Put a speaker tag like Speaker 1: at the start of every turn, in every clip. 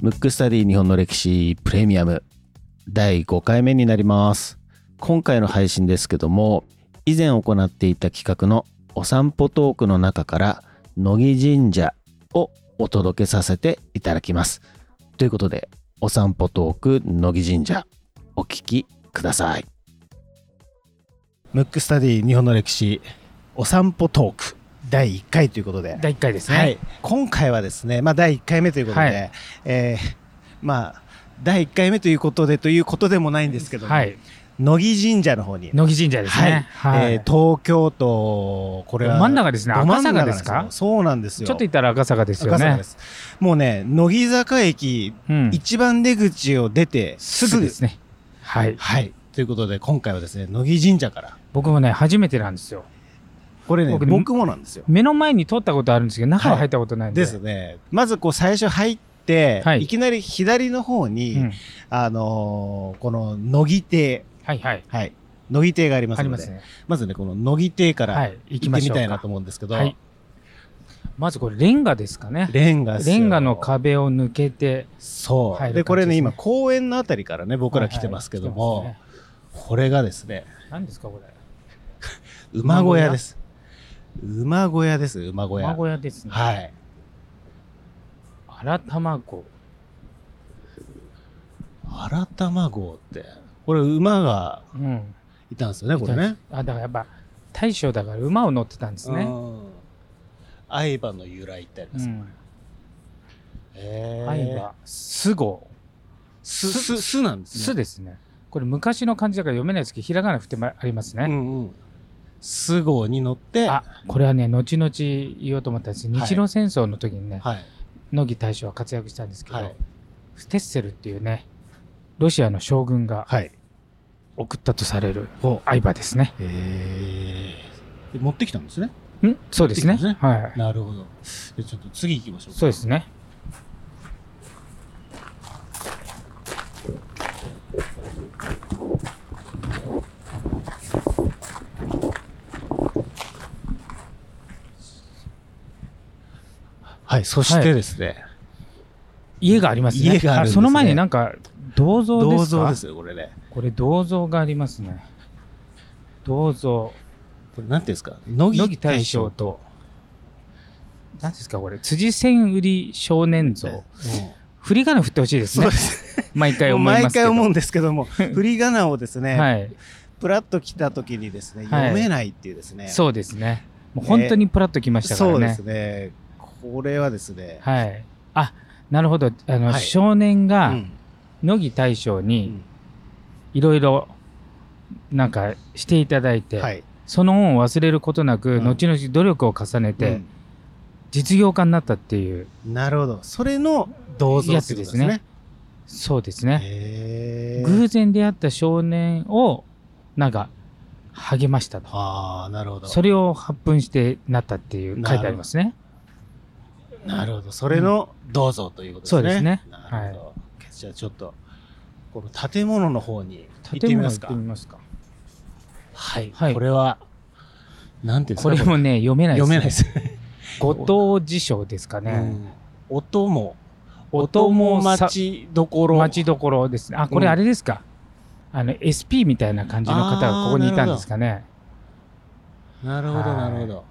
Speaker 1: ムックスタディ日本の歴史プレミアム第5回目になります今回の配信ですけども以前行っていた企画のお散歩トークの中から乃木神社をお届けさせていただきますということでお散歩トーク乃木神社お聞きくださいムックスタディ日本の歴史お散歩トーク第1回ということで
Speaker 2: 第1回ですね、
Speaker 1: はい、今回はですね、まあ、第1回目ということで、
Speaker 2: はい
Speaker 1: えーまあ、第1回目ということでということでもないんですけども、
Speaker 2: はい
Speaker 1: 乃木神社の方に、
Speaker 2: 乃木神社ですね、
Speaker 1: はい
Speaker 2: はい
Speaker 1: えー東京都、これは
Speaker 2: ど真ん中ですね
Speaker 1: ど真ん中なんよ
Speaker 2: 赤坂ですか
Speaker 1: そうなんですよ。
Speaker 2: ちょっと行ったら赤坂ですよ
Speaker 1: 赤坂
Speaker 2: ね
Speaker 1: で。すもうね、乃木坂駅、
Speaker 2: うん、
Speaker 1: 一番出口を出てす
Speaker 2: す
Speaker 1: ぐ
Speaker 2: ぐですね。はい。
Speaker 1: はい。ということで、今回はですね、乃木神社から。
Speaker 2: 僕もね、初めてなんですよ。
Speaker 1: これね、
Speaker 2: 僕
Speaker 1: 僕
Speaker 2: ね
Speaker 1: もなんですよ。
Speaker 2: 目の前に通ったことあるんですけど、中は入ったことないんで。
Speaker 1: ですね。まずこう、最初入って、
Speaker 2: はい
Speaker 1: い、きなり左の方に、
Speaker 2: うん
Speaker 1: あのーこの乃木亭、
Speaker 2: はいはい。
Speaker 1: はい、乃木亭があります
Speaker 2: あり
Speaker 1: ので
Speaker 2: ま
Speaker 1: ますず
Speaker 2: ね。
Speaker 1: ねこの乃木亭から、
Speaker 2: はい。行き
Speaker 1: 行っ
Speaker 2: ま
Speaker 1: てみ
Speaker 2: しょうか。
Speaker 1: たいなと思うんですけど、
Speaker 2: はい。まずこれ、レンガですかね。
Speaker 1: レンガっすよ
Speaker 2: レンガの壁を抜けて。
Speaker 1: そう
Speaker 2: 入る感じですね
Speaker 1: でこれね今公園のあたりからね僕ら来てますけども、
Speaker 2: はいはい来て
Speaker 1: これがですね
Speaker 2: ますね何ですか、これ。
Speaker 1: 馬小屋です馬小屋です馬小屋
Speaker 2: 馬小屋ですね。。
Speaker 1: はいい
Speaker 2: 荒玉子。
Speaker 1: 新玉郷ってこれ馬が
Speaker 2: うん。
Speaker 1: いたんですよねこれね
Speaker 2: あ、だからやっぱ、大将だから馬を乗ってたんです
Speaker 1: う
Speaker 2: ね。
Speaker 1: ん愛馬の由来ってあり
Speaker 2: う
Speaker 1: ます、
Speaker 2: ん。
Speaker 1: えー
Speaker 2: 愛は、すご。
Speaker 1: すすすなんですね
Speaker 2: すですね。これ昔の漢字だから読めないですけど、ひらがな振ってまありますね。
Speaker 1: うんうん。ス号に乗って、
Speaker 2: あ、これはね、後々言おうと思ったんですけど
Speaker 1: はい
Speaker 2: 日露戦争の時にね、
Speaker 1: はい。
Speaker 2: 乃木大将は活躍したんですけど、
Speaker 1: はい。
Speaker 2: ステッセルっていうね、ロシアの将軍が
Speaker 1: はい。
Speaker 2: 送ったとされる
Speaker 1: ほ
Speaker 2: 相場ですね。
Speaker 1: う。えー、持ってきたんですね。
Speaker 2: んそうですね。
Speaker 1: そうですね
Speaker 2: はい。
Speaker 1: なるほど。でちょっと次行きましょうか。
Speaker 2: そうですね。
Speaker 1: はい。そしてですね、
Speaker 2: 家がありますね。
Speaker 1: 家があるんですね
Speaker 2: その前になんか銅像ですか
Speaker 1: 銅像ですよ、これね。
Speaker 2: これ銅像がありますね。銅像。
Speaker 1: これなんていうんですか乃
Speaker 2: 乃木大将と、何ですかこれ、辻千売り少年像。振り仮名振ってほしいです
Speaker 1: そ
Speaker 2: ね
Speaker 1: うで。す。
Speaker 2: 毎回
Speaker 1: もう
Speaker 2: 思いま
Speaker 1: 毎
Speaker 2: すけ
Speaker 1: 回
Speaker 2: ど。
Speaker 1: 思うんですけども、 振り仮名をですね、
Speaker 2: はい。
Speaker 1: プラッと来た時にですね、
Speaker 2: はい
Speaker 1: 読めないっていうですね。
Speaker 2: そうですね。もう本当にプラッときましたか
Speaker 1: そ
Speaker 2: ら
Speaker 1: うで
Speaker 2: ね
Speaker 1: す。ね。これはですね、
Speaker 2: はい。あ、なるほど。あの、
Speaker 1: はい
Speaker 2: 少年
Speaker 1: う
Speaker 2: が
Speaker 1: ん
Speaker 2: 乃木大将
Speaker 1: う
Speaker 2: に
Speaker 1: ん
Speaker 2: いろいろなんかしていただいて、
Speaker 1: はい。
Speaker 2: その恩を忘れることなく、
Speaker 1: うん
Speaker 2: 後々努力を重ねて、実業家になったっていう、
Speaker 1: うんなるほど。それの銅像
Speaker 2: や
Speaker 1: っ
Speaker 2: つ
Speaker 1: ていうこと
Speaker 2: ですねそうですね。
Speaker 1: へー
Speaker 2: 偶然出会った少年を、なんか、励ましたと。
Speaker 1: ああ、なるほど。
Speaker 2: それを発奮してなったっていう書いてありますね。
Speaker 1: なるほど。それの、どうぞということですね。
Speaker 2: そうですね
Speaker 1: なるほど。じゃあちょっと、この建物の方に行って
Speaker 2: 建
Speaker 1: み
Speaker 2: 物
Speaker 1: ま
Speaker 2: 行っ
Speaker 1: すか
Speaker 2: て。みますか。
Speaker 1: はい。
Speaker 2: はい
Speaker 1: これは、なんていうんです
Speaker 2: こ
Speaker 1: か
Speaker 2: れもね、読めない
Speaker 1: 読めないです。
Speaker 2: 後藤辞書ですか
Speaker 1: う
Speaker 2: ね。
Speaker 1: ん音も、
Speaker 2: 音
Speaker 1: 音
Speaker 2: も
Speaker 1: も
Speaker 2: さ
Speaker 1: 町どころ。
Speaker 2: 待ちどころですね。あ、これ
Speaker 1: うん
Speaker 2: あれですか。あの、SP みたいな感じの方がここにいたんですかね。
Speaker 1: なるほど、
Speaker 2: は
Speaker 1: ないるほど。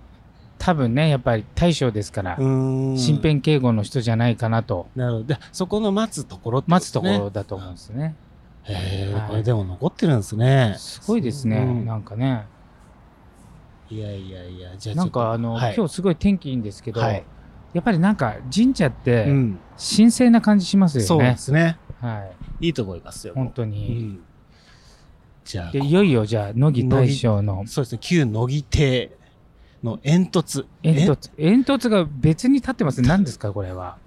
Speaker 2: 多分ね、やっぱり大将ですから、
Speaker 1: う
Speaker 2: 身。辺警護の人じゃないかなと、
Speaker 1: なるほど。で、そこの待つところってことで
Speaker 2: 待つ
Speaker 1: すね
Speaker 2: ところだと思うんですね。
Speaker 1: へ
Speaker 2: は
Speaker 1: え、
Speaker 2: い
Speaker 1: これでも残ってるんですね。
Speaker 2: すごいですね、
Speaker 1: うん
Speaker 2: なんかね。
Speaker 1: いやいやいや、じゃあちょ
Speaker 2: な
Speaker 1: っと
Speaker 2: んかあの、
Speaker 1: はい
Speaker 2: 今日すごい天気いいんですけど、
Speaker 1: はい
Speaker 2: やっぱりなんか神社って
Speaker 1: うん
Speaker 2: 神聖な感じしますよ
Speaker 1: そうで
Speaker 2: ね。
Speaker 1: すね。
Speaker 2: はい
Speaker 1: いと思いますよ。
Speaker 2: い。本当に。
Speaker 1: じゃあ
Speaker 2: で、いよいよじゃあ、乃木大将の
Speaker 1: そうですね旧乃木亭の煙突
Speaker 2: 煙
Speaker 1: え
Speaker 2: 突。煙突が別に立ってますね。何ですか、これは。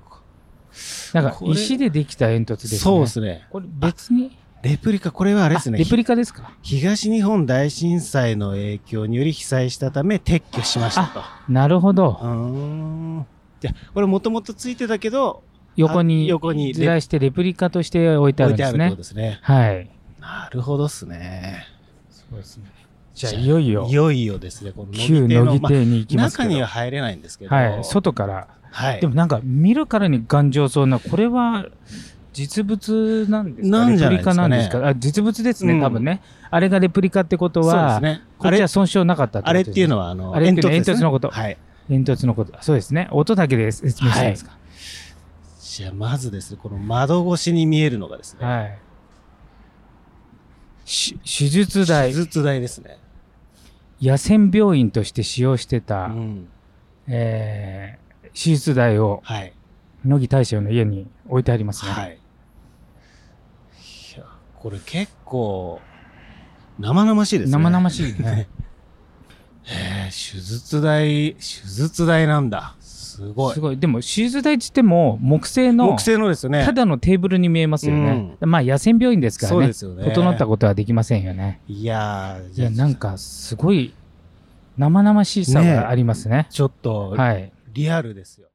Speaker 2: なんか
Speaker 1: こ、れ
Speaker 2: 石でできた煙突ですね。
Speaker 1: そうですね
Speaker 2: これ別に。
Speaker 1: レプリカこれはあれですね
Speaker 2: あレプリカですか。
Speaker 1: ひ東日本大震災の影響により被災したため撤去しましたと
Speaker 2: なるほど。
Speaker 1: うーんじゃあこれもともとついてたけど
Speaker 2: 横に、
Speaker 1: あ横にレ
Speaker 2: ずらしてレプリカとして置いてあ
Speaker 1: 置
Speaker 2: る
Speaker 1: い
Speaker 2: ん
Speaker 1: て
Speaker 2: で
Speaker 1: あるっ
Speaker 2: す
Speaker 1: てこ
Speaker 2: ね
Speaker 1: と。ですね
Speaker 2: はい。
Speaker 1: なるほどっすね
Speaker 2: そうですね。じゃあ、いよいよ
Speaker 1: い、よいよですね、この
Speaker 2: 旧
Speaker 1: 乃木亭の、
Speaker 2: 乃木
Speaker 1: まあ
Speaker 2: 亭に行きますけ
Speaker 1: 中
Speaker 2: ど。
Speaker 1: には入れないんですけど、
Speaker 2: はい、外から。
Speaker 1: はい
Speaker 2: でもなんか、見るからに頑丈そうな、これは、実物なんですか
Speaker 1: なんじゃない
Speaker 2: レプリカなんですかあ、実物ですね、
Speaker 1: うん
Speaker 2: 多分ね。あれがレプリカってこと
Speaker 1: そうです
Speaker 2: は、
Speaker 1: ね、
Speaker 2: こ
Speaker 1: あ
Speaker 2: っちは
Speaker 1: れ
Speaker 2: 損傷なかった
Speaker 1: あれっていう
Speaker 2: の
Speaker 1: のはあの
Speaker 2: あれっていうのは
Speaker 1: ですね
Speaker 2: 煙突のこと
Speaker 1: はい、
Speaker 2: 煙突のこと。そうですね。音だけで説明したんですか。
Speaker 1: じゃあまずですね、この窓越しに見えるのがですね、
Speaker 2: はい。し手術
Speaker 1: 手
Speaker 2: 台、
Speaker 1: 術台ですね。
Speaker 2: 野戦病院として使用してた、
Speaker 1: うん
Speaker 2: えー手術台を
Speaker 1: はい、
Speaker 2: 乃木大将の家に置いてありますね。
Speaker 1: はい。いや、これ結構、生々しいですね。
Speaker 2: 生々
Speaker 1: し
Speaker 2: し いね。
Speaker 1: い。へえ手術台、手術台なんだ。すごい。
Speaker 2: すごい。でも、手術台って言っても、木製の、
Speaker 1: 木製のですね。
Speaker 2: ただのテーブルに見えますよね。まあ、野戦病院ですから
Speaker 1: そう
Speaker 2: ね
Speaker 1: で。すよね。
Speaker 2: 整ったことはできませんよね。
Speaker 1: いやー、
Speaker 2: い
Speaker 1: じゃ
Speaker 2: や、
Speaker 1: あ
Speaker 2: なんか、すごい、生々しさがありますね。
Speaker 1: ちょっと、
Speaker 2: はい。
Speaker 1: リアルですよ。